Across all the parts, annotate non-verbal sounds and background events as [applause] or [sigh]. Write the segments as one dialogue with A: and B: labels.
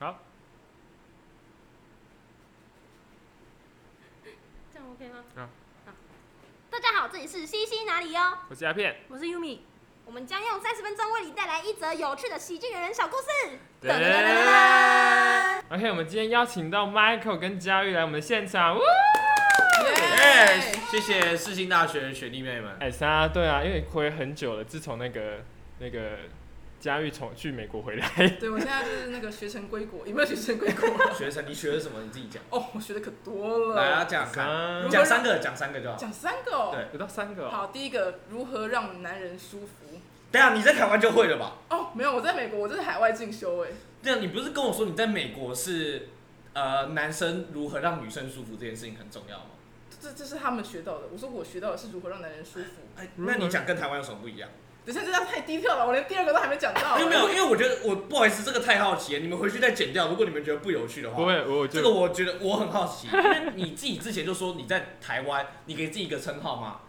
A: 好，
B: 这样 OK 吗？
A: 好
B: 好。大家好，这里是西西哪里哟？
A: 我是阿片。
C: 我是 Yumi，
B: 我们将用三十分钟为你带来一则有趣的喜剧人人小故事。
A: 噔噔噔噔 OK，我们今天邀请到 Michael 跟佳玉来我们的现场。呜
D: 耶！谢谢世新大学学弟妹们。
A: 哎，沙对啊，因为亏很久了，自从那个那个佳玉从去美国回来，
C: 对我现在就是那个学成归国，有没有学成归国？ [laughs]
D: 学生，你学的什么？你自己讲。
C: 哦，我学的可多了。
D: 来啊，讲看，
A: 三
C: 如
D: 讲三个，讲三个就好。
C: 讲三个哦。
D: 对
A: 有到三个哦。
C: 好，第一个如何让男人舒服？
D: 等一啊下你在台湾就会了吧？
C: 哦，没有，我在美国，我这是海外进修哎。
D: 这样你不是跟我说你在美国是呃男生如何让女生舒服这件事情很重要吗？
C: 这这是他们学到的，我说我学到的是如何让男人舒服。
D: 哎，
A: 如何
D: 那你讲跟台湾有什么不一样？
C: 等一下这样太低调了，我连第二个都还没讲到。
D: 因为没有，因为我觉得我不好意思，这个太好奇了，你们回去再剪掉。如果你们觉得不有趣的
A: 不
D: 话，
A: 会，我
D: 这个
A: 就
D: 我觉得我很好奇，因为你自己之前就说你在台湾，你给自己一个称号吗？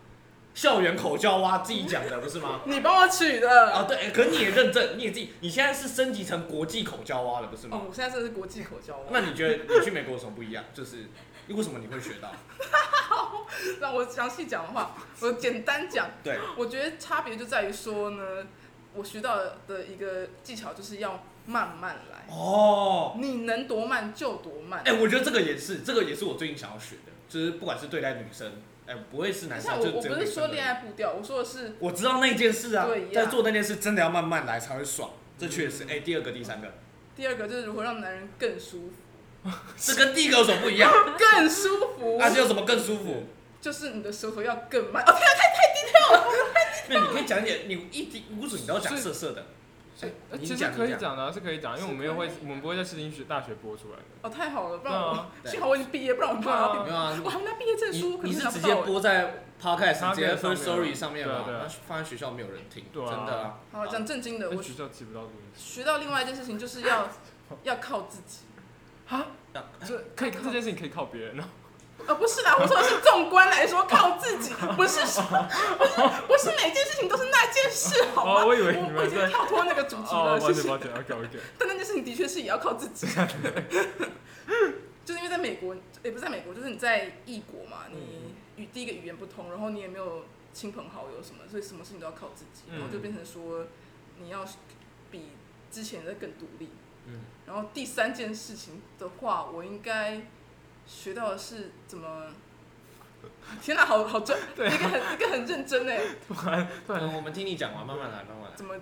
D: 校园口交蛙自己讲的不是吗？
C: 你帮我取的。
D: 啊，对，欸可你也认证，你也自己，你现在是升级成国际口交蛙了，不是
C: 哦
D: 吗，？
C: 我现在真的是国际口交哦。
D: 那你觉得你去美国有什么不一样？就是为什么你会学到？
C: 让我详细讲的话，我简单讲。
D: 对，
C: 我觉得差别就在于说呢，我学到的一个技巧就是要慢慢来，
D: 哦，
C: 你能多慢就多慢。
D: 哎、我觉得这个也是，这个也是我最近想要学的，就是不管是对待女生，哎、不会是男
C: 等一下
D: 生，
C: 我
D: 就
C: 我
D: 只有
C: 不
D: 女
C: 是
D: 生
C: 说
D: 而已
C: 恋爱步调，我说的是
D: 我知道那件事啊
C: 对呀，
D: 在做那件事真的要慢慢来才会爽，这确实。哎、第二个、第三个，
C: 第二个就是如何让男人更舒服，
D: 这跟第一个有什么不一样？
C: 更舒服，
D: 那、啊、这有什么更舒服？
C: 就是你的舌头要更慢。哦天啊，
D: 那你可以讲一点，你一滴无准你都要讲色色的，
A: 哎
C: 呃
A: 哎
D: 你
A: 其实
D: 讲
A: 可以
D: 你讲
A: 讲的啊，是可以讲，因为我们又会
B: 是可，以
A: 我们不会在市林学大学播出来的。
C: 哦太好了，不然我
D: 对啊
C: 幸好我已经毕业，不然我怕我要
D: 没
C: 毕
D: 有啊，
C: 我还没拿毕业证
D: 你
C: 书，可
D: 你
C: 能
D: 是
C: 拿
D: 直
C: 不
D: 接
C: 到哎。
D: 播在 podcast，
A: Podcast
D: 直接
A: 上面
D: First Story 上面嘛，
A: 对啊对啊
D: 那放在学校没有人听，
A: 对
D: 真
A: 啊
D: 的啊。
C: 好，讲正经的，
A: 那
C: 我
A: 学校记不到录音。
C: 学到另外一件事情就是要
D: [laughs]
C: 要靠自己。
A: 哈，这可以这件事情可以靠别人哦。
C: 啊，不是啦，我说的是纵观来说，靠自
D: [laughs]
C: 己，不是说，不是不是每件事情都是那件事，好吗？
A: 哦我以为你
C: 我
A: 们
C: 我已经
A: 在
C: 跳脱那个主题
A: 哦
C: 了，，
A: 抱
C: 谢
A: 歉抱
C: 谢。
A: 歉，OK OK。
C: 但那件事情的确是也要靠自己， [laughs] 就是因为在美国，也不是在美国，就是你在异国嘛，你语第一个语言不通，然后你也没有亲朋好友什么，所以什么事情都要靠自己，然后就
A: 嗯
C: 变成说你要比之前的更独立。
D: 嗯，
C: 然后第三件事情的话，我应该学到的是怎么。天哪，好好真，
A: 对啊
C: 一个很一个很认真哎，
A: 突然突然
D: 嗯我们听你讲完，慢慢来，慢慢
C: 怎么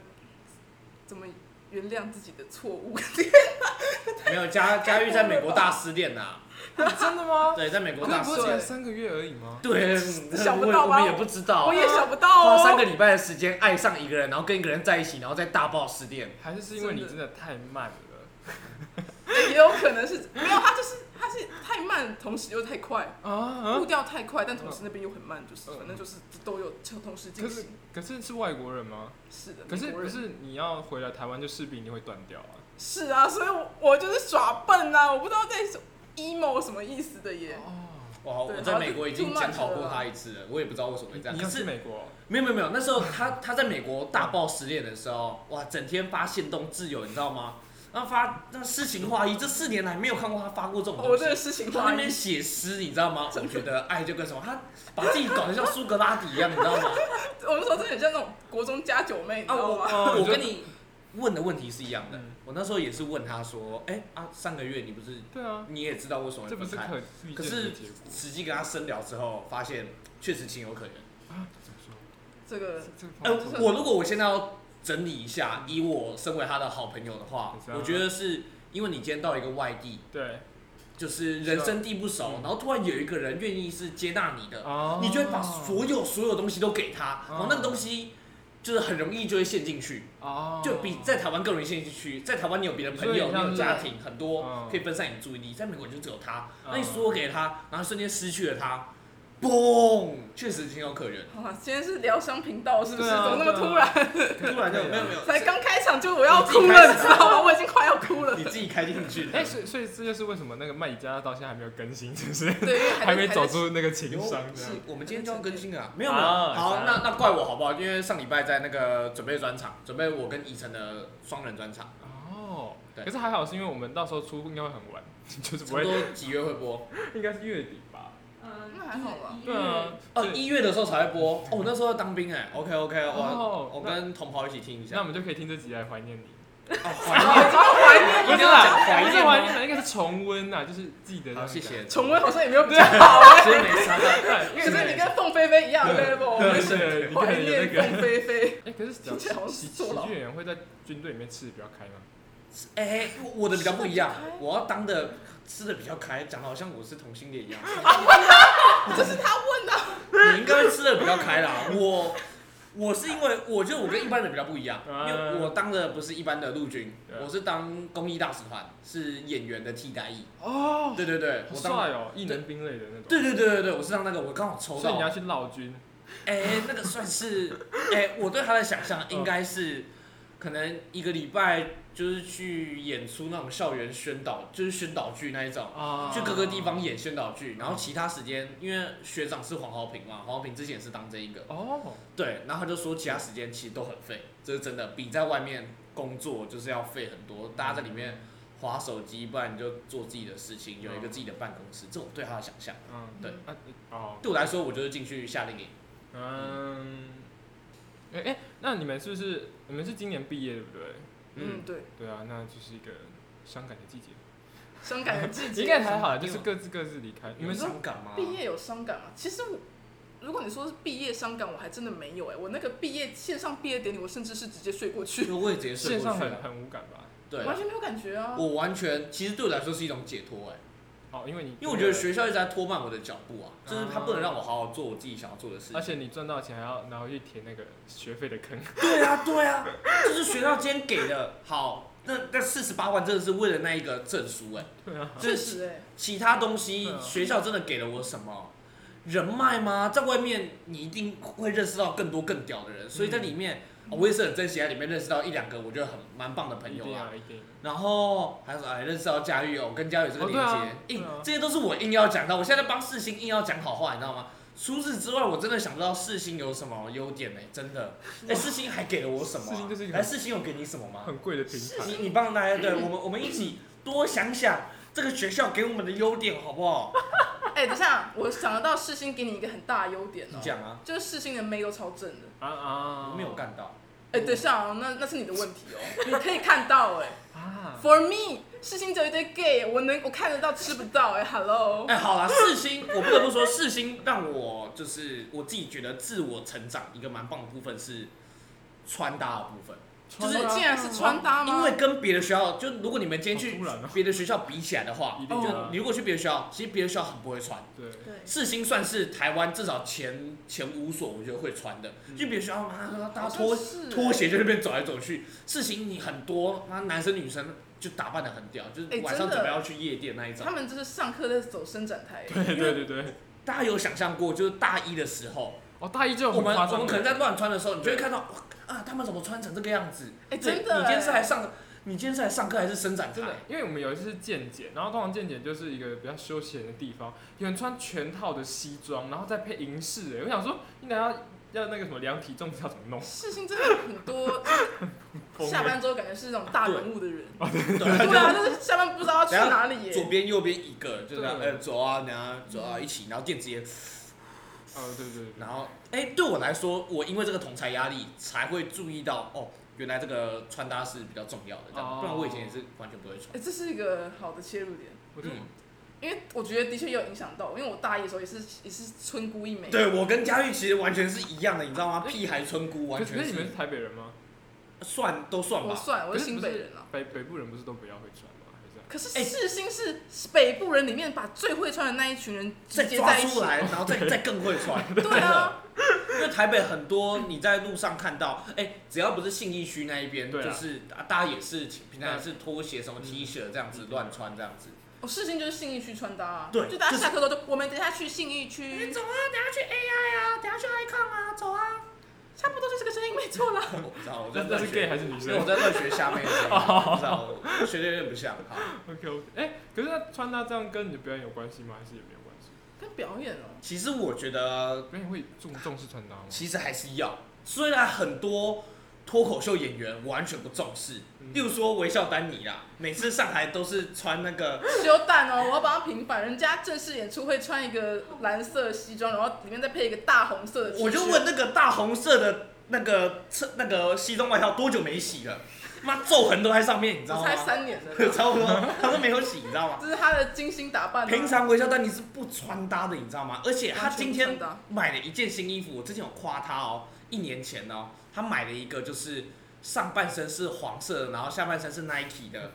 C: 怎么原谅自己的错误？真
D: 来。没有佳佳玉在美国大失恋呐，
A: [laughs]
C: 的吗？
D: 对，在美国
A: 可是
D: 大
A: 不
D: 失
A: 是才
D: 恋。
A: 三个月而已吗？
D: 对，
C: 想不
D: 我
C: 到
D: 我
C: 吧
D: 们也不知道
C: 我，也想不到
D: 花
C: 哦。
D: 三个礼拜的时间爱上一个人，然后跟一个人在一起，然后再大爆失恋。
A: 还是是因为你真的太慢了。
C: [laughs] 也有可能是没有，他就是他是太慢，同时又太快，
A: 啊
C: 步？调太快，但同时那边又很慢，就是
A: 嗯
C: 反正就是都有同时进
A: 可是
C: 行。
A: 可是是外国人吗？
C: 是的，
A: 可是
C: 美国
A: 可
C: 人
A: 是你要回来台湾，就势必一定会断掉啊。
C: 是啊，所以我我就是耍笨啊，我不知道在 emo 什么意思的耶。
A: 哦，
D: 哇，我
C: 对
D: 在美国已经
C: 好像
D: 检
C: 是
D: 讨
C: too much
D: 过
C: 了
D: 他一次了，我也不知道为什么会这样。
A: 你
D: 可
A: 要
D: 是
A: 去美国哦？
D: 没有没有没有，那时候他他在美国大爆失恋的时候，哇，整天发现动自由，你知道吗？然后发那诗情画意，这四年来没有看过他发过这
A: 哦
D: 种东
C: 我
D: 西
C: 这。个诗情
D: 他
C: 画
D: 那
C: 意
D: 边，写诗，你知道吗？我觉得爱就跟什么，他把自己搞得像苏格拉底一样，你知道吗？
C: 我们说真的很像那种国中加九妹，你知
D: 啊，
C: 道吗？
D: 我
A: 你
D: 我
A: 就
D: 跟你问的问题是一样的
A: 嗯。
D: 我那时候也是问他说，哎啊，上个月你不是
A: 对啊，
D: 你也知道为什么
A: 这不
D: 会分
A: 是
D: 开？
A: 可预见的结果。
D: 实际跟他深聊之后，发现确实情有可原。
A: 怎么说？
C: 这个
A: 这这
D: 哎、
A: 个方法
D: 我如果我现在要整理一下，以我身为他的好朋友的话
A: 嗯你知，道吗
D: 我觉得是因为你今天到一个外地，
A: 对
D: 就是人生地不熟
A: 嗯，
D: 然后突然有一个人愿意是接纳你的，
A: 哦
D: 呃你就会把所有所有东西都给他，然后那个
A: 哦
D: 东西就是很容易就会陷进去，
A: 哦
D: 就比在台湾更容易陷进去。在台湾你有别的朋
A: 所以
D: 友，
A: 像
D: 你有
A: 是
D: 家庭，很多
A: 嗯
D: 可以分散你的注意力，在美国你就只有他，那你
A: 嗯
D: 所有给他，然后瞬间失去
A: [laughs]
D: 了他，嘣，确实情有可原。
C: 好啊，今天是疗伤频道是不是？
A: 对啊
C: 怎么那么
A: 对啊
C: 突然？
D: 突然就没有没有，
C: [laughs] 才刚开场就我要
D: 你自己
C: 哭
D: 开始
C: 了，你知道吗？我已经快要哭了
D: 你。自己开进去的
A: 啊哎，。所以所以这就是为什么那个麦迪加到现在还没有更新，是不是？
C: 对，因为
A: 还
C: 还
A: 没
C: 在
A: 走出那个情
D: 有
A: 商这
D: 是
A: 样。
D: 我们今天就要更新了啊，没有没有。
A: 啊
D: 好
A: 是啊，
D: 那那怪我好不好？因为上礼拜在那个准备专场，准备我跟以晨的双人专场，
A: 哦，
D: 对
A: 可是还好是因为我们到时候出应该会很晚， [laughs] 就是不
D: 差不
A: 会，
D: 多几月会
A: [laughs]
D: 播？
A: 应该是月底吧。
E: 嗯，
C: 那还好吧
E: 就是一
A: 对啊，
D: 哦，
A: 对
D: 一月的时候才
A: [laughs]
D: 会播。哦，我那时候要当兵哎。OK OK，
A: 哦
D: 我我跟同袍一起听一
A: 那我
D: 下。
A: 们就可以听这集来怀念你。
D: 哦，怀念，
C: 怀念
A: 不
D: 一
A: 是
D: 定啊要讲
A: 啦，
D: 怀
A: 不是
D: 念吗
A: 怀念啦，应该是重温呐，就是记 [laughs] 得。
D: 好，谢。谢。
C: 重温好像也没有比
A: 对啊
C: 较好哎、
D: 其实没啥。
A: 对，
C: 可
A: 因
C: 是
A: 为
C: 你跟凤飞飞一样
D: [laughs]
C: level，
A: 对对，你可
C: 怀
A: 能有那
C: 念
A: 个。
C: 凤飞
A: [laughs]
C: 飞。
A: 哎，可是讲
C: 听起来好像
A: 喜喜
C: 是坐牢
A: 剧演员会在军队里面吃的比较开吗？
D: 哎、我的比较不一样，我要当的吃的比较开，讲的好像我是同性恋一样。
C: [laughs] 这是他问的，
D: 你应该会吃的比较开啦，我。我是因为我觉得我跟一般人比较不一样，因为我当的不是一般的陆军，
A: 对
D: 我是当公益大使团，是演员的替代役。
A: 哦，
D: 对对对，
A: 好
D: 我
A: 帅
D: 当。
A: 哦，异能兵类的那种。
D: 对对对对对，我是当那个，我刚好抽
A: 所以
D: 到
A: 你要。去老军，
D: 哎、那个算是，哎、我对他的想象应该是，可能一个礼拜就是去演出那种校园宣导，就是宣导剧那一种，
A: 啊
D: 去各个地方演宣导剧，然后其他时间，因为学长是黄豪平嘛，黄豪平之前也是当这一个，
A: 哦，
D: 对，然后他就说其他时间其实都很废，这是真的，比在外面工作就是要废很多，大家在里面划手机，不然你就做自己的事情，有一个自己的办公室，这我对他的想象。
A: 嗯，
D: 对
A: 啊，哦，
D: 对我来说，我就是进去夏令营，
A: 嗯，哎、哎，那你们是不是你们是今年毕业对不对？
D: 嗯
C: 嗯，对，
A: 对啊，那就是一个伤感的季节，
C: 伤感
A: [laughs]
C: 的季节。
A: 应该还好啦，就是各自各自离开。你们
D: 有
A: 是
D: 伤感吗？
C: 毕业有伤感吗？其实我，如果你说是毕业伤感，我还真的没有哎、我那个毕业线上毕业典礼，我甚至是直接睡过去，
D: 就我也直接睡
A: 线
D: 过
A: 上
D: 去
A: 很
D: 了。
A: 很无感吧？
D: 对，
C: 完全没有感觉啊。
D: 我完全其实对我来说是一种解脱哎、
A: 哦，因为你
D: 因为我觉得，学校一直在拖慢我的脚步啊，就是他
A: 啊
D: 不能让我好好做我自己想要做的事情。
A: 而且你赚到钱还要然后去填那个学费的坑，
D: 对啊，对啊，就是学校今天给的 [laughs] 好，那那四十八万真的是为了那一个证书哎、
A: 对啊，
D: 就
C: 确
D: 是
C: 实哎、
D: 其他东西
A: 对啊
D: 学校真的给了我什么？人脉吗？在外面你一定会认识到更多更屌的人，所以在里面、哦我也是很珍惜在里面认识到一两个我觉得很蛮棒的 [laughs] 朋
A: 一
D: 友
A: 定
D: 啊。
A: 啊，一定。
D: 然后还有说哎，认识到佳玉哦，我跟佳玉有这个连接，
A: 哦对啊
D: 硬、
A: 对啊
D: 这些都是我硬要讲到，我现在在帮世新硬要讲好话，你知道吗？除此之外，我真的想不到世新有什么优点呢、真的。哎、世新还给了我什么、啊？
A: 世新就是一个
D: 哎，世新有给你什么吗？
A: 很贵的平台，
D: 你你帮大家，对我们我们一起多想想这个学校给我们的优点好不好？
C: 哎、等一下，我想得到世新给你一个很大的优点
D: 你
C: 哦、
D: 讲啊，
C: 就是世新的妹都超正的。
A: 啊
D: 我
A: 啊，
D: 没有干到。
C: 哎、等一下哦、那那是你的问题哦、
A: [laughs]
C: 你可以看到哎、
A: 啊，
C: For me，世新只有一堆 gay，我能我看得到吃不到哎、Hello，
D: 哎、好啦，世新，我不得不说，世新让我就是我自己觉得自我成长一个蛮棒的部分是穿搭的部分。
C: 就是
A: 啊
C: 竟然是穿搭吗？
D: 哦因为跟别的学校，就如果你们今天
A: 好
D: 去
A: 突然哦
D: 别的学校比起来的话，
A: 一定
C: 哦
A: 啊
D: 你，如果去别的学校，其实别的学校很不会穿。
A: 对，
E: 对，
D: 世新算是台湾至少前前五所，我觉得会穿的。
A: 嗯
D: 就别的学校，妈大家
C: 好像
D: 拖
C: 是哎
D: 拖鞋就在那边走来走去。世新你很多，妈男生女生就打扮的很屌，就是
C: 哎
D: 晚上
C: 真的
D: 准备要去夜店那一种
C: 他。们就是上课在走伸展台、
A: 对对对对，
D: 大家有想象过，就是大一的时候，
A: 哦，大一就有
D: 我
A: 很
D: 们
A: 夸
D: 我
A: 张
D: 们
A: 的
D: 可能在乱穿的时候，你就会
A: 对
D: 看到哇啊，他们怎么穿成这个样子？
C: 哎
D: 对
C: 真的
D: 你今天是
C: 哎
D: 来上，你今天是来上课还是伸展台
A: 真？的，因为我们有一次是健检，然后通常健检就是一个比较休闲的地方，有人穿全套的西装，然后再配银饰，哎，我想说，你难道要那个什么量体重，要怎么弄？
C: 世新真的很
D: [laughs]
C: 多，下班之后感觉是那种大人物的人。
D: 对
C: 对啊，就是下班不知道要去哪里
D: 左
C: 耶。
D: 边右边一个，就是
A: 对
D: 呃走啊，然后走啊一起，然后电子烟，
A: 哦，对对对，
D: 然后哎、对我来说，我因为这个同才压力才会注意到哦，原来这个穿搭是比较重要的，这样，
A: 哦
D: 不然我以前也是完全不会穿。
C: 哎，这是一个好的切入点，
A: 我就
D: 嗯
C: 因为我觉得的确也有影响到我，因为我大一的时候也是也是村姑一枚。
D: 对我跟佳玉其实完全是一样的，你知道吗？屁孩村姑完
A: 可是哎可
D: 全
A: 是你们是
D: 是
A: 台北人吗？
D: 算都算
C: 我
D: 吧。
C: 算我
A: 可
C: 是
A: 是
C: 新
A: 不是
C: 北人啊。
A: 北北部人不是都不要会穿吗？还是
C: 可是
D: 哎
C: 世新是北部人里面把最会穿的那一群人
D: 再
C: 集结
D: 哎抓
C: 在一
D: 出
C: 起。
D: 来，然后再再更会穿， [laughs]
C: 对啊，
D: 因为台北很多你在路上看到，哎、只要不是信义区那一边，
A: 对啊
D: 就是啊，大家也是平常也是拖鞋什么 T 恤这样子
A: 嗯
D: 乱穿这样子。
C: 我哦世新就是信义区穿搭啊，
D: 对
C: 就大
D: 就
C: 家
D: 是
C: 下课都就我们等一下去信义区，
D: 走啊，等下去 AI 啊，等下去 Icon 啊，走啊。
C: 差不多就是这个声音没错啦。
D: 我不知道，我在
A: 那那
D: 乱
A: 是 gay
D: 学，
A: 还是女
D: 因为我
A: 生
D: 在乱学下
A: [laughs]
D: 面的声音，我不知道我学的有点不像。好，
A: ？OK OK，哎，可是那穿搭这样跟你的表演有关系吗？还是也没有关系？
C: 跟表演哦、
D: 其实我觉得
A: 表演会重重视穿搭吗？
D: 其实还是要，虽然很多脱口秀演员完全不重视。
A: 嗯
D: 例如说微笑丹尼啦，每次上台都是穿那个
A: [laughs]
C: 修蛋哦，我要帮他平反。人家正式演出会穿一个蓝色西装，然后里面再配一个大红色的 T 恤。
D: 我就问那个大红色的那个衬那个西装外套多久没洗了？妈皱痕都在上面，你知道
C: 我
D: 吗
C: 才？三年的，
D: [laughs] 差不多，他说没有洗，你知道吗？
C: 这是他的精心打扮啊。
D: 平常微笑丹尼是不穿搭的，你知道吗？而且他
C: 完全
D: 今
C: 不
D: 天
C: 穿搭
D: 买了一件新衣服，我之前有夸他哦，一年前哦，他买了一个就是上半身是黄色的，然后下半身是 Nike
C: [laughs]
D: 的，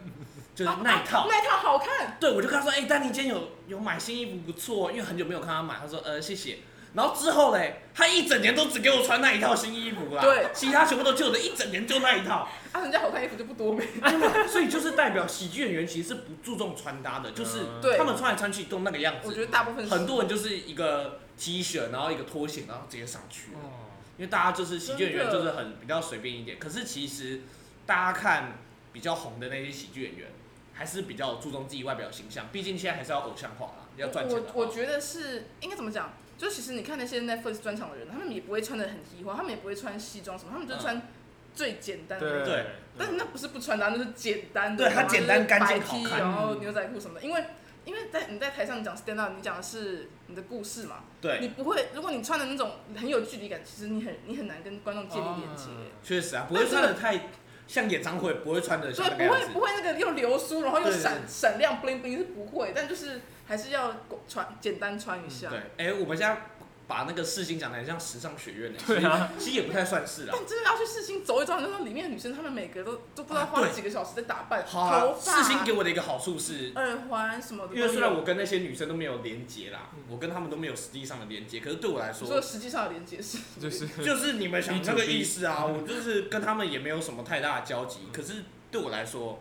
D: 就是那一套。
C: 啊那一套好看，
D: 对，我就跟他说，哎、丹尼今天有有买新衣服不错，因为很久没有看他买，他说呃谢谢。然后之后嘞，他一整年都只给我穿那一套新衣服啦，
C: 对
D: 其他全部都旧的，一整年就那一
C: [laughs]
D: 套。
C: 啊，人家好看衣服就不
D: [laughs]
C: 多美。
D: 对嘛所以就是代表喜剧演员其实是不注重穿搭的，就是
A: 嗯
C: 对
D: 他们穿来穿去都那个样
C: 我
D: 子。
C: 觉得大部分是
D: 很多人就是一个 T 恤，然后一个拖鞋，然后直接上去了。
A: 哦
D: 因为大家就是喜剧演员
C: 真的
D: 就是很比较随便一点，可是其实大家看比较红的那些喜剧演员，还是比较注重自己外表形象，毕竟现在还是要偶像化啦，要赚钱的话
C: 我我觉得是应该怎么讲？就其实你看那些 Netflix 专场的人，他们也不会穿的很奇花，他们也不会穿西装什么，他
D: 嗯
C: 们就穿最简单的那种。
A: 对
D: 对
C: 但是那不是不穿搭，啊那是简单的，
D: 嗯对它
C: 然后就是
D: 简单干净
C: 白 T，
D: 好看
C: 然后牛仔裤什么的，因为因为在你在台上讲 stand up，你讲的是你的故事嘛，
D: 对，
C: 你不会，如果你穿的那种很有距离感，其实你很你很欸难跟观众建立连接。
A: 哦
D: 确实啊，不会穿的太像演唱会，不会穿的
C: 所以
D: 像那
C: 不
D: 个样
C: 会
D: 子
C: 不。会那个又流苏，然后又
D: 对对
C: 闪
D: 对
C: 闪亮 bling bling 是不会，但就是还是要穿简单穿一下。
D: 对，哎、我们现在把那个事情讲的很像时尚学院呢、欸
A: 对啊
D: 其实，其实也不太算是啦。
C: 但真的要去世新走一遭，你就说里面的女生她们每个都都不知道
D: 啊
C: 花
D: 对
C: 几个小时在打扮，
D: 好啊
C: 头，
D: 世
C: 发、嗯
D: 新给我的一个好处是，
C: 耳环什么的都
D: 因
C: 有。
D: 为虽然我跟那些女生都没有连接啦
A: 嗯，
D: 我跟她们都没有实际上的连接，可是对我来
C: 你说
D: 说，
C: 实际上的连接是，
A: 就是
D: [laughs] 就是你们想
A: B to
D: 那
A: B
D: 个意思
C: [laughs]
D: 啊，我就是跟她们也没有什么太大的交集，可是对我来说，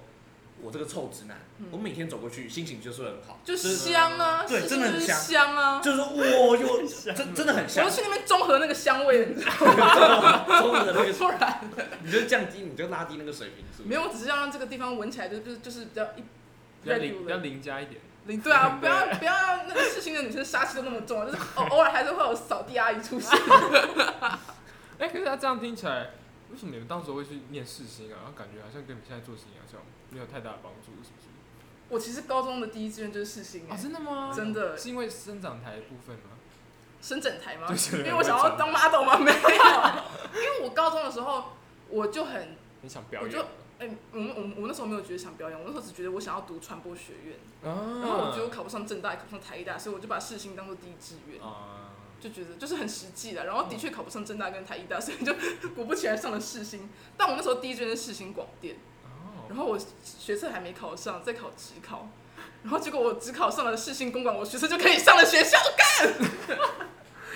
D: 我这个臭直男
C: 嗯，
D: 我每天走过去心情就是很好，
C: 就
D: 就是
C: 香啊，
D: 对
C: 世
D: 真
C: 新
D: 的很
C: 就是
D: 香
C: 香啊，
D: 就是我
C: [laughs]
D: 有真真的很
C: 我
D: 香
C: 就，去那边中和那个香味，你知道吗
D: 中和那个，
C: 突然
D: 你就降低，你就拉低那个水平，是不
C: 没
D: 是？
C: 有，我只是要让这个地方闻起来就就是就是比较一
A: 比较邻比较
C: regular。
A: 邻家一点，
C: 零对啊，不要不要让那个世新的女生杀气都那么重啊，就是偶偶尔还是会有扫地阿姨出现。 [laughs]
A: 哎、可是他这样听起来，为什么你们当时会去念世新啊？感觉好像跟你们现在做事情好像没有太大的帮助，是不是？
C: 我其实高中的第一志愿就是世新、欸
A: 啊，
D: 哦
A: 真的吗？
C: 真的
A: 是因为生长台的部分吗？
C: 深圳台吗？
A: 就是
C: 因为我想要当 model 吗？ [laughs] 没有，因为我高中的时候我就很，
A: 你想表
C: 我
A: 演
C: 就哎、我们我们我那时候没有觉得想表演，我那时候只觉得我想要读传播学院，
D: 嗯
C: 然后我
A: 啊
C: 觉得我考不上正大，也考不上台大，所以我就把世新当做第一志愿。
D: 哦
A: 啊，
C: 就觉得就是很实际的，然后的确考不上正大跟台艺大，所以就 [laughs] 果不其然上了世新。但我那时候第一志愿是世新广电，
A: 哦，
C: 然后我学测还没考上，再考职考，然后结果我只考上了世新公馆，我学测就可以上了学校，干！ [laughs]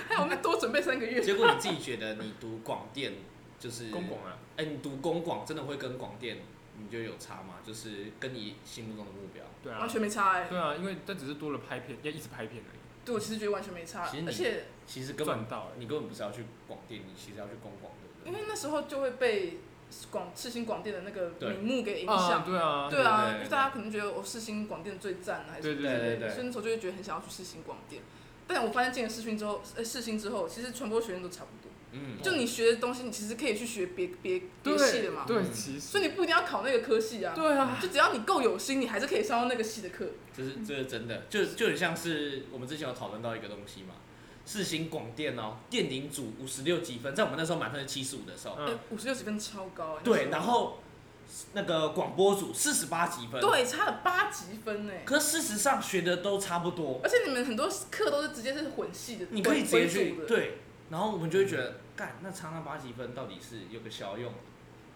C: 还有我们多准备三个月，
D: 结果你自己觉得你读广电就是
A: 公广啊，
D: 哎、你读公广真的会跟广电你就有差吗？就是跟你心目中的目标，
A: 对啊
C: 完，全没差哎、
A: 对啊，因为这只是多了拍片，要一直拍片而已，
C: 对我其实觉得完全没差
D: 其实，你
C: 而且
D: 其实根本
A: 赚到而已
D: 你根本不是要去广电，你其实要去公广，对
C: 因
D: 不
C: 为
D: 对？
C: 那时候就会被广世新广电的那个
D: 对
C: 名目给影
A: 啊，
C: 响。
A: 对啊，
C: 对
D: 对对
C: 啊
D: 对，对
C: 就大家可能觉得我世新广电最赞啊，还是
A: 对对
D: 对
A: 对
D: 对
C: 所以那时候就会觉得很想要去世新广电。但我发现进了世新之后，呃，世新之后，其实传播学院都差不多。
D: 嗯，
C: 就你学的东西，你其实可以去学别别别系的嘛
A: 对，，对，
D: 嗯
A: 其
C: 所
A: 实
C: 以你不一定要考那个科系啊。
A: 对啊，
C: 就只要你够有心，你还是可以上到那个系的课。
D: 这是
A: 嗯
D: 这是真的，就就很像是我们之前有讨论到一个东西嘛，世新广电哦，电影组五十六几分，在我们那时候满分是七十五的时候，
A: 嗯，
C: 哎五十六几分超高、欸。
D: 对，然后那个广播组四十八几分，，
C: 对差了八级分呢、欸
D: 可事实上学的都差不多，
C: 而且你们很多课都是直接是混系的，
D: 你可以直接
C: 混
D: 去
C: 组的，
D: 对，然后我们就会觉得，干那差那八几分到底是有个效
A: [laughs]
D: 用。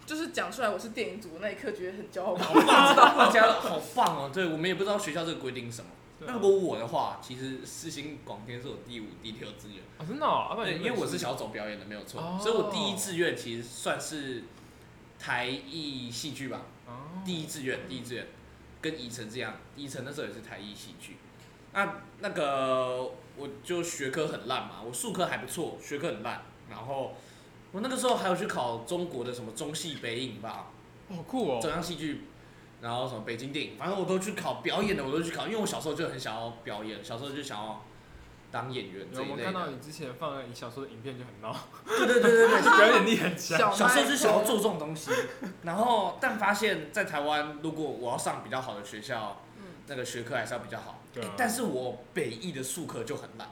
C: 就是讲出来我是电影组的那一刻，觉得很骄傲吧。
D: 好棒，大家好棒哦！对我们也不知道学校这个规定是什么。
A: 对
D: 那
A: 啊
D: 如果我的话，其实世新广电是我第五、第六志愿，
A: 啊，真的哦，啊不然
D: 对，
A: 你
D: 因
A: 们
D: 为我是小走表演的，没有错
A: 哦，
D: 所以我第一志愿其实算是台艺戏剧吧，
A: 哦
D: 第一志愿，第一志愿跟宜城这样，宜城那时候也是台艺戏剧。那那个我就学科很烂嘛，我数科还不错，学科很烂。然后我那个时候还有去考中国的什么中戏北影吧，
A: 好酷哦，
D: 中央戏剧，然后什么北京电影，反正我都去考表演的，我都去考，因为我小时候就很想要表演，小时候就想要当演员这
A: 有
D: 一
A: 我
D: 类
A: 看到
D: 的。
A: 你之前放的你小时候的影片就很闹，
D: 对对对对 [laughs] 对，啊
A: 表演力很强。
C: 小
D: 小时候就
C: 麦
D: 想要做这种东西，然后但发现，在台湾如果我要上比较好的学校，
C: 嗯，
D: 那个学科还是要比较好。
A: 对啊
D: 诶但是我北艺的数科就很烂，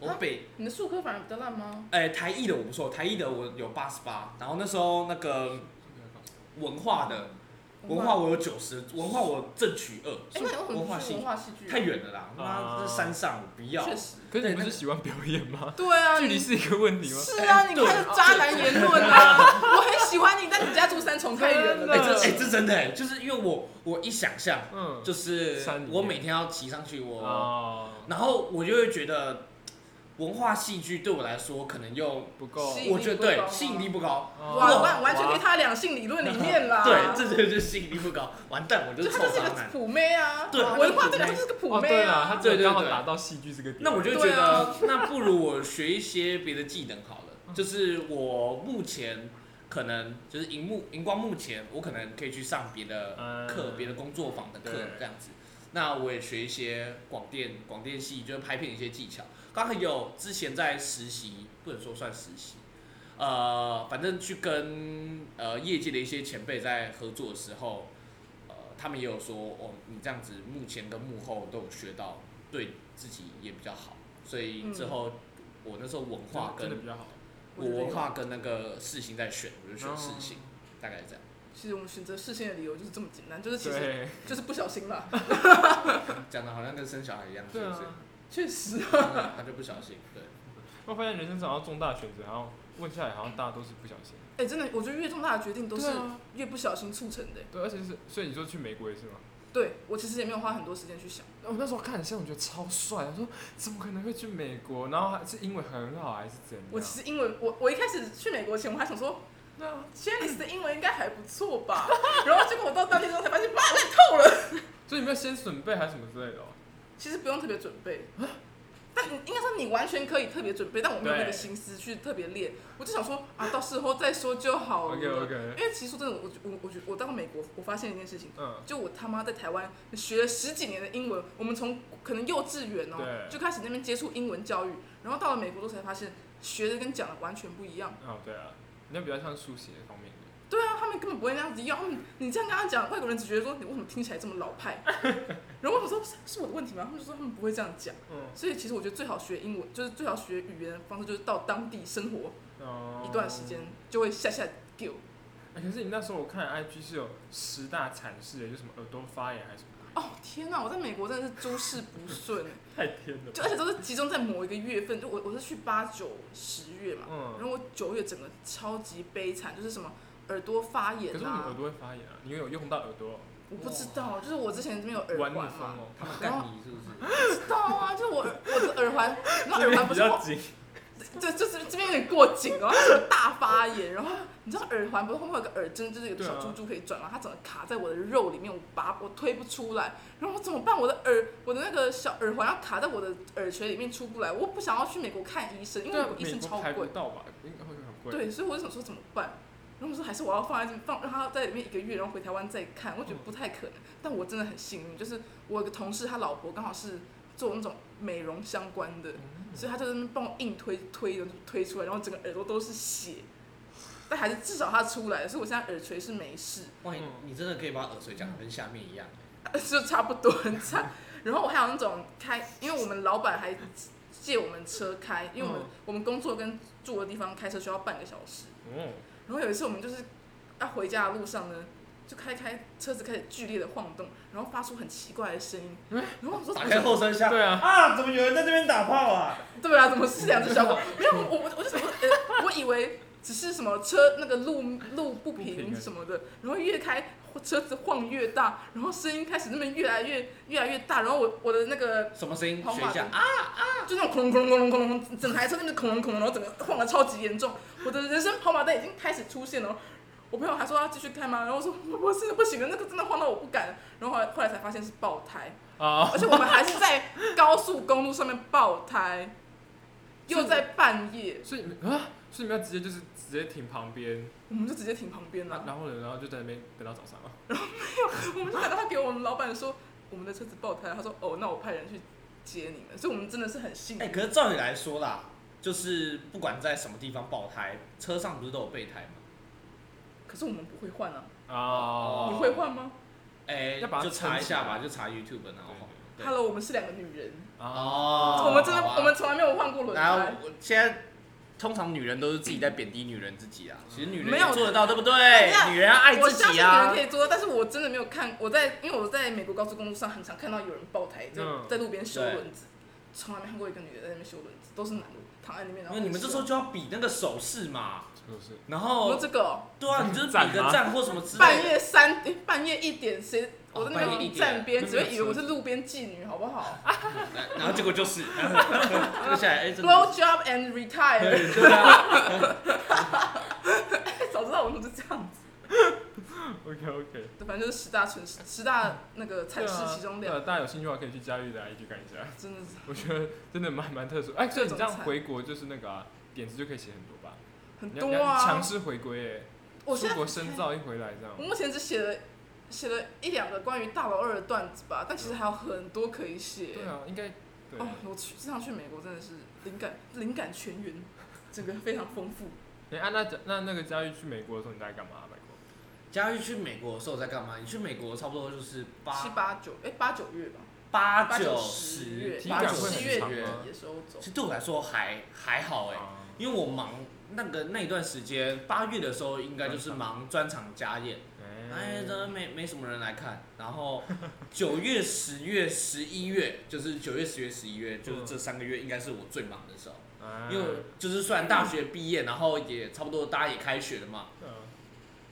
D: 我
C: 啊
D: 北
C: 你的数科反而比较烂吗？
D: 哎、台艺的我不错，台艺的我有八十八，然后那时候那个
A: 啊
D: 文化的文化我有九十，文化我正取二，
C: 哎，那你为什
D: 文
C: 么
D: 化
C: 不去
D: 系
C: 文化戏剧？
D: 太远了啦，
A: 啊
D: 妈这山上我不要。
C: 确实。
A: 可是你不是喜欢表演吗？
C: 对啊，
A: 距离
C: 你
A: 是一个问题吗？
C: 是啊，
D: 哎
C: 你
D: 对
C: 看渣男言论啊！我很喜欢你，但你家住三重太远了。
D: 哎、
A: 真
D: 这
A: 的
D: 哎、这真的哎、就是因为我我一想象，
A: 嗯，
D: 就是
A: 山里面
D: 我每天要骑上去我，
A: 哦，
D: 然后我就会觉得文化戏剧对我来说可能又
A: 不够
C: 吸。引力
D: 我觉得
C: 不高
D: 对
C: 吗
D: 吸引力不高，
C: 哇，
A: 哦
D: 我
C: 完完全被他两性理论里面啦。
D: 对，这这就是吸引力不高，完蛋，我就
C: 就是他
D: 臭
C: 就是一
D: 渣
C: 个
D: 男。
C: 普妹啊，
D: 对
C: 文化对他就是个普
A: 哦，
C: 妹
A: 对了，他
C: 啊。
A: 这
D: 对对
A: 刚好
D: 对
A: 达到戏剧这个点。
D: 那我就觉
C: 对啊嗯
D: 得，那不如我学一些别的技能好了。就是我目前可能就是荧幕荧光幕前，我可能可以去上别的课、
A: 嗯
D: 别的工作坊的课
A: 对
D: 这样子。那我也学一些广电广电系，就是拍片的一些技巧。刚好有之前在实习，不能说算实习，呃，反正去跟呃业界的一些前辈在合作的时候，呃，他们也有说，哦，你这样子幕前跟幕后都有学到，对自己也比较好。所以之后、我那时候文化
A: 真的
D: 跟
A: 比较好。哦
D: 我文化跟那个世新在选，我就选世新，大概是这样。
C: 其实我们选择视线的理由就是这么简单，就是其实
A: 对
C: 就是不小心啦，
D: 讲的好像跟生小孩一样，是
A: 对
D: 不
A: 啊
D: 是？，
C: 确实。
D: 嗯他就不小心，对。
A: 我发现人生找到重大选择，然后问下来，好像大家都是不小心。
C: 哎，真的，我觉得越重大的决定都是
A: 对啊
C: 越不小心促成的。
A: 对，而且是，所以你说去美国也是吗？
C: 对我其实也没有花很多时间去想，
A: 我哦那时候看你像我觉得超帅，我说怎么可能会去美国？然后还是英文很好还是怎样？
C: 我其实英文，我我一开始去美国前我还想说，
A: 对啊，
C: Janice 的英文应该还不错吧？然后结果我到当地之后才发现，哇，烂透了。
A: 所以你们要先准备还是什么之类的、哦？
C: 其实不用特别准备，但你应该说你完全可以特别准备，但我没有那个
A: 对
C: 心思去特别练。我就想说啊，到时候再说就好了。
A: OK OK，
C: 因为其实说真的，我我我觉得我到美国，我发现一件事情，
A: 嗯，
C: 就我他妈在台湾学了十几年的英文，我们从可能幼稚园哦、
A: 对
C: 就开始那边接触英文教育，然后到了美国之后才发现，学的跟讲的完全不一样。
A: 哦对啊，你那比较像书写方面的，
C: 对啊，他们根本不会那样子要。他们你这样跟他讲，外国人只觉得说你为什么听起来这么老派。 [laughs] 然后我说是是我的问题吗？他们就说他们不会这样讲。
A: 嗯，
C: 所以其实我觉得最好学英文，就是最好学语言的方式，就是到当地生活
A: 哦
C: 一段时间，就会下下 skill。
A: 哎可是你那时候我看 IG 是有十大阐释的，就什么耳朵发炎还是什么，
C: 哦天哪，我在美国真的是诸事不顺，
A: 太天了
C: 就而且都是集中在某一个月份。就我我是去八九十月嘛，然
A: 嗯，
C: 后我九月整个超级悲惨，就是什么耳朵发炎
A: 可是你
C: 啊
A: 耳，朵会发炎啊，你有用到耳朵，
C: 我不知道，就是我之前没有耳
A: 玩
C: 环
A: 你
C: 嘛。
A: 疯哦，
D: 他们干你是不是？
C: 知道啊，就是我耳我的耳
A: [laughs]
C: 环，那
A: 这
C: 耳
A: 边
C: 环
A: 比
C: 不是
A: 较
C: 我，
A: 紧，
C: 对，就是这边有点过紧哦，它整个大发炎，然后你知道耳环不是后面有个耳针，就是有个
A: 对啊
C: 小珠珠可以转嘛，它整个卡在我的肉里面，我拔我推不出来，然后我怎么办？我的耳我的那个小耳环要卡在我的耳垂里面出不来，我不想要去美国看医生，因为
A: 对
C: 美
A: 啊
C: 国，医
A: 美
C: 生超
A: 国开不
C: 贵，
A: 到吧，应该会很贵，
C: 对，所以我就想说怎么办？然后我说还是我要放在这放让它在里面一个月，然后回台湾再看，我觉得不太可能。但我真的很幸运，就是我有个同事他老婆刚好是做那种美容相关的，
A: 嗯，
C: 所以他就在那边帮我硬推推，然后就推出来，然后整个耳朵都是血，但还是至少它出来了，所以我现在耳垂是没事， [laughs]
D: 哇，你你真的可以把耳垂讲得跟下面一样，
C: 嗯就差不多很惨。然后我还有那种开，因为我们老板还借我们车开，因为我们、
A: 嗯
C: 我们工作跟住的地方开车需要半个小时，
A: 嗯，
C: 然后有一次我们就是要回家的路上呢。就开开车子开始剧烈的晃动，然后发出很奇怪的声音，
A: 嗯
C: 然后我说
D: 打开后车厢
A: 对啊，
D: 啊，怎么有人在这边打炮啊？
C: 对啊，怎么是两只小狗？没有，我我我就想说，呃，我以为只是什么车那个路路
A: 不
C: 不
A: 平
C: 平
A: 啊
C: 什么的，然后越开车子晃越大，然后声音开始那么越来越越来越大，然后我我的那个
D: 什么声音？
C: 跑
D: 学
C: 马
D: 一下
C: 灯
D: 啊！
C: 就那种恐龙恐龙恐龙恐龙，整台车那边恐龙恐龙，然后整个晃的超级严重，我的人生跑马灯已经开始出现了。我朋友还说要继续开吗？然后我说我真的不行了，那个真的晃到我不敢了。然后后来后来才发现是爆胎，
A: 啊，
C: 而且我们还是在高速公路上面爆胎，又在半夜。
A: 所以你们啊，所以你们要直接就是直接停旁边，
C: 我们就直接停旁边
A: 然
D: 啊
C: [laughs] 了。
A: 然后呢，然后就在那边等到早上啊，
C: 我们就打电话给我们老板说，我们的车子爆胎了。他说，哦，那我派人去接你们，所以我们真的是很幸
D: 哎、
C: 运。
D: 可是照理来说啦，就是不管在什么地方爆胎，车上不是都有备胎吗？
C: 可是我们不会换啊，
A: 啊
D: 哦
C: 你会换吗
D: 哎、
A: 要把它
D: 就查一下吧，
A: 撑
D: 就查 YouTube 然后换。对
C: ？Hello，我们是两个女人，
A: 啊，
D: 哦
C: 我们真的
D: 好吧
C: 我们从来没有换过轮
D: 然后
C: 胎。
D: 我现在通常女人都是自己在贬低女人自己啊，其实女人
C: 没有
D: 也做得到，对不
C: 没有
D: 对？女人要爱
C: 我
D: 自
C: 相
D: 己
C: 信女人
D: 啊
C: 可。以做到，但是我真的没有看。我在因为我在美国高速公路上很常看到有人爆胎，在、
A: 嗯
C: 在路边修
D: 对
C: 轮子，从来没看过一个女的在那边修轮子，都是男的躺在那边。然
D: 因
C: 后
D: 为你们这时候
C: 修
D: 就要比那个手势嘛，
A: 就是
D: 然
C: 我说
D: 后
C: 这个哦、
D: 对啊，你就是比
A: 赞
D: 个
A: 吗
D: 赞或什么之
C: 半
D: 类
C: [laughs]
D: 的。
C: 夜三、诶半夜一点，谁我在那
D: 半夜一
C: 边
D: 点
C: 站边，
A: 那
C: 只
A: 边
C: 会以为我是路边妓女，好不好
D: 然后结果就是， [laughs] 这个下来哎，真的
C: ？Blow job and retire，
D: 对对啊，
C: 哎早知道我们是这样子。
A: OK
C: [laughs]
A: OK。
C: 反正就是十大城市、十大那个菜市其中两
A: 对
C: 个，
A: 啊大家有兴趣的话可以去佳玉的 IG 看一下，
C: 真的是
A: 我觉得真的蛮蛮特殊。哎，所以你这
C: 各种
A: 样
C: 菜
A: 回国就是那个啊，点子就可以写很多吧？
C: 很
A: 你要你
C: 多
A: 要
C: 啊
A: 强。势回归哎，
C: 我
A: 出
C: 现在嗯
A: 国深造一回来这样
C: 我。目前只写了写了一两个关于大老二的段子吧，但其实还有很多可以写。
A: 对啊，应该对
C: 哦，我去这趟去美国真的是灵感灵感全员，整个非常丰富。
A: 哎、啊，那佳那那个佳玉去美国的时候，你大概干嘛、啊？美国？
D: 佳玉去美国的时候在干嘛？你去美国差不多就是
C: 七
D: 八
C: 八九哎八九月吧，
D: 八
C: 八
D: 九
C: 十月，
A: 体
D: 八
C: 八
A: 感
C: 九
D: 九
A: 会
C: 十
A: 很
C: 月
A: 长
D: 月
A: 吗
C: 底的时候走
D: 其。实对我来说还还好哎、
A: 啊
D: 因为我忙那个那一段时间，八月的时候应该就是忙专场家宴，哎，真的没没什么人来看。然后 [laughs] 九月、十月、十一月，就是九月、十月、十一月，就是这三个月应该是我最忙的时候，
A: 哎
D: 因为就是虽然大学毕业，然后也差不多大家也开学了嘛，
A: 嗯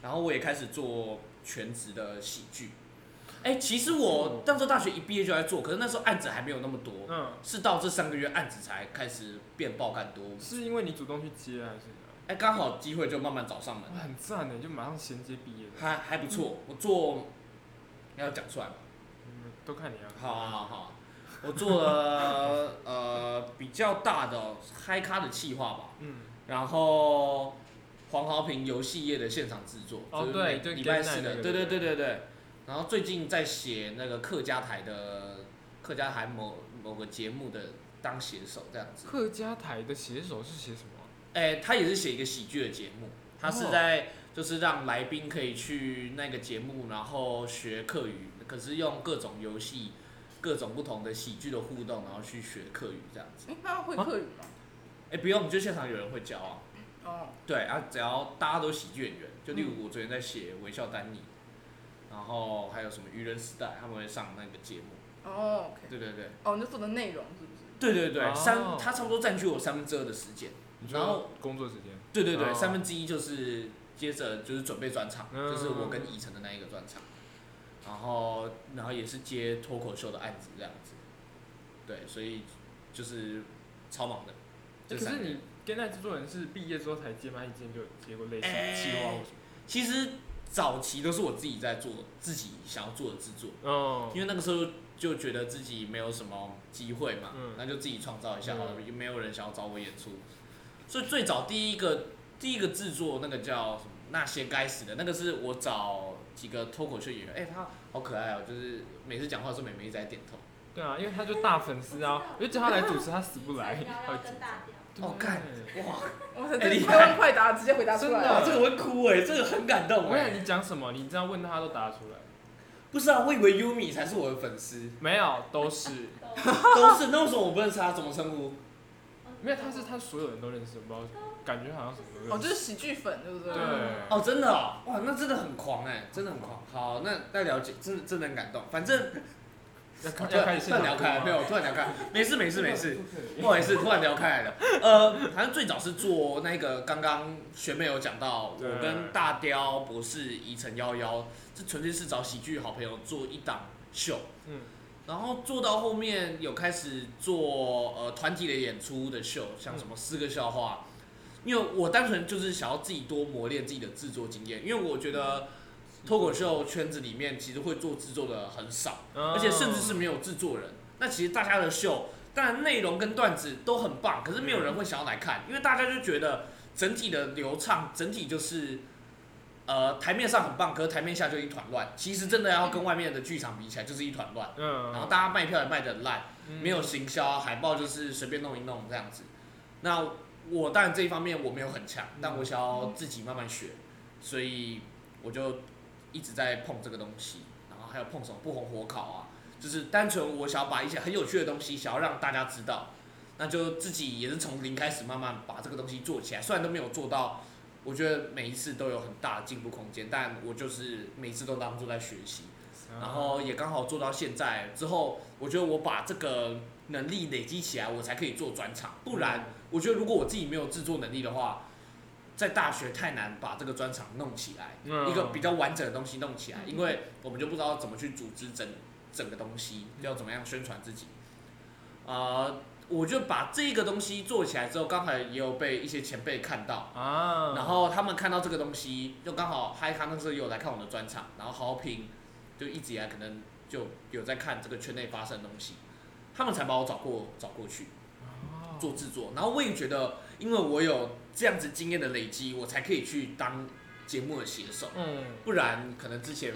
D: 然后我也开始做全职的喜剧。哎、其实我那时候大学一毕业就在做，可是那时候案子还没有那么多，
A: 哦嗯，
D: 是到这三个月案子才开始变爆干多。
A: 是因为你主动去接还是怎样？
D: 哎、刚好机会就慢慢找上门
A: 哇，嗯
D: 来，
A: 很赞呢，就马上衔接毕业的，
D: 还还不错。我做要讲出来吗？
A: 嗯都看你啊。
D: 好好好好，我做了呃比较大的哦嗨咖的企划吧，
A: 嗯，
D: 然后黄豪平游戏业的现场制作，
A: 哦
D: 就是
A: 对
D: 每
A: 就
D: 礼拜
A: Game Night
D: 四
A: 那
D: 的，
A: 个
D: 对对
A: 对
D: 对对对。然后最近在写那个客家台的客家台某某个节目的当写手这样子。
A: 客家台的写手是写什么啊？
D: 哎，他也是写一个喜剧的节目，他是
A: 哦
D: 在就是让来宾可以去那个节目，然后学客语，可是用各种游戏、各种不同的喜剧的互动，然后去学客语这样子。
C: 哎，那会
A: 啊
C: 客语吗？
D: 哎，不用，就现场有人会教啊。
C: 哦，
D: 对啊，只要大家都喜剧演员，就例如我昨天在写《微笑丹尼》，然后还有什么《愚人时代》，他们会上那个节目。
C: 哦，OK，
D: 对对对，
C: 哦，你就负责内容是不是？
D: 对对
A: 哦
D: 对，三他差不多占据我三分之二的时间。
A: 你
D: 然
A: 说
D: 后
A: 工作时间？
D: 对对对，
A: 哦
D: 三分之一就是接着就是准备专场，
A: 嗯
D: 就是我跟以晨的那一个专场，然后然后也是接脱口秀的案子这样子。对，所以就是超忙的。这
A: 可
D: 三
A: 是
D: 个月
A: 你跟那制作人是毕业之后才接吗？还是之前就有接过类似
D: 哎
A: 的企划或什么？
D: 其实早期都是我自己在做，自己想要做的制作。
A: 哦，
D: 因为那个时候就觉得自己没有什么机会嘛，
A: 嗯
D: 那就自己创造一下好了，也没有人想要找我演出，所以最早第一个第一个制作那个叫什么？那些该死的那个是我找几个脱口秀演员，哎、他好可爱哦、就是每次讲话的时候，美美一直在点头。
A: 对啊，因为他就大粉丝啊，我就叫他来主持，他死不
D: [laughs]
A: 来。
B: 要
A: 他
B: 要
A: 会紧
B: 跟大屌，
A: 张
D: 哦干 [laughs] 哇，
C: [laughs] 哇塞，
D: 哎厉
C: 这
D: 害
C: 快问快答直接回答出来
A: 真的
C: 了
D: 哇，这个会哭哎、这个很感
A: 我
D: 动哎、
A: 跟你讲，你讲什么，你这样问他都答得出来。
D: 不是啊，我以为 Yumi 才是我的粉丝，
A: 没有，都是
D: 都是那为什么我不认识他？怎么称呼？
A: 没有，他是他所有人都认识，我不知道为什么，感觉好像什么都认识。
C: 哦，就是喜剧粉，对不对？
A: 对，
D: 哦，真的哦，哇，那真的很狂哎、真的很狂。好，那那了解，真的真的很感动。反正
A: 要
D: 突
A: 开要开
D: 然
A: 始嗯现
D: 哦突然
A: 场
D: 聊开了，没有，突然聊开，没事没
A: 没
D: 事
A: [laughs]
D: 没事，。不好意思，突然聊开来了。呃，反正最早是做那个刚刚学妹有讲到，
A: 对
D: 我跟大雕博士、宜晨幺幺，这纯粹是找喜剧好朋友做一档秀。
A: 嗯
D: 然后做到后面有开始做呃团体的演出的秀，像什么四个笑话，因为我单纯就是想要自己多磨练自己的制作经验，因为我觉得脱口秀圈子里面其实会做制作的很少，
A: 嗯
D: 而且甚至是没有制作人。那其实大家的秀，当然内容跟段子都很棒，可是没有人会想要来看，因为大家就觉得整体的流畅，整体就是呃台面上很棒，可是台面下就一团乱。其实真的要跟外面的剧场比起来，就是一团乱。
A: 嗯，
D: 然后大家卖票也卖得很烂，
A: 嗯
D: 没有行销啊，海报就是随便弄一弄这样子。那我当然这一方面我没有很强，但我想要自己慢慢学，所以我就一直在碰这个东西，然后还有碰什么不红火烤啊，就是单纯我想要把一些很有趣的东西想要让大家知道，那就自己也是从零开始慢慢把这个东西做起来，虽然都没有做到。我觉得每一次都有很大的进步空间，但我就是每次都当做在学习，然
A: 嗯
D: 后也刚好做到现在之后，我觉得我把这个能力累积起来，我才可以做专场。不
A: 嗯
D: 然，我觉得如果我自己没有制作能力的话，在大学太难把这个专场弄起来，
A: 嗯
D: 一个比较完整的东西弄起来，
C: 嗯
D: 因为我们就不知道怎么去组织整整个东西，要怎么样宣传自己。啊，我就把这个东西做起来之后，刚好也有被一些前辈看到，
A: 啊，
D: 然后他们看到这个东西，就刚好嗨咖那个时候也有来看我的专场，然后好评，就一直以来可能就有在看这个圈内发生的东西，他们才把我找过找过去
A: 哦
D: 做制作。然后我也觉得，因为我有这样子经验的累积，我才可以去当节目的写手，
A: 嗯，
D: 不然可能之前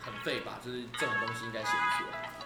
D: 很废吧，就是这种东西应该写不出来。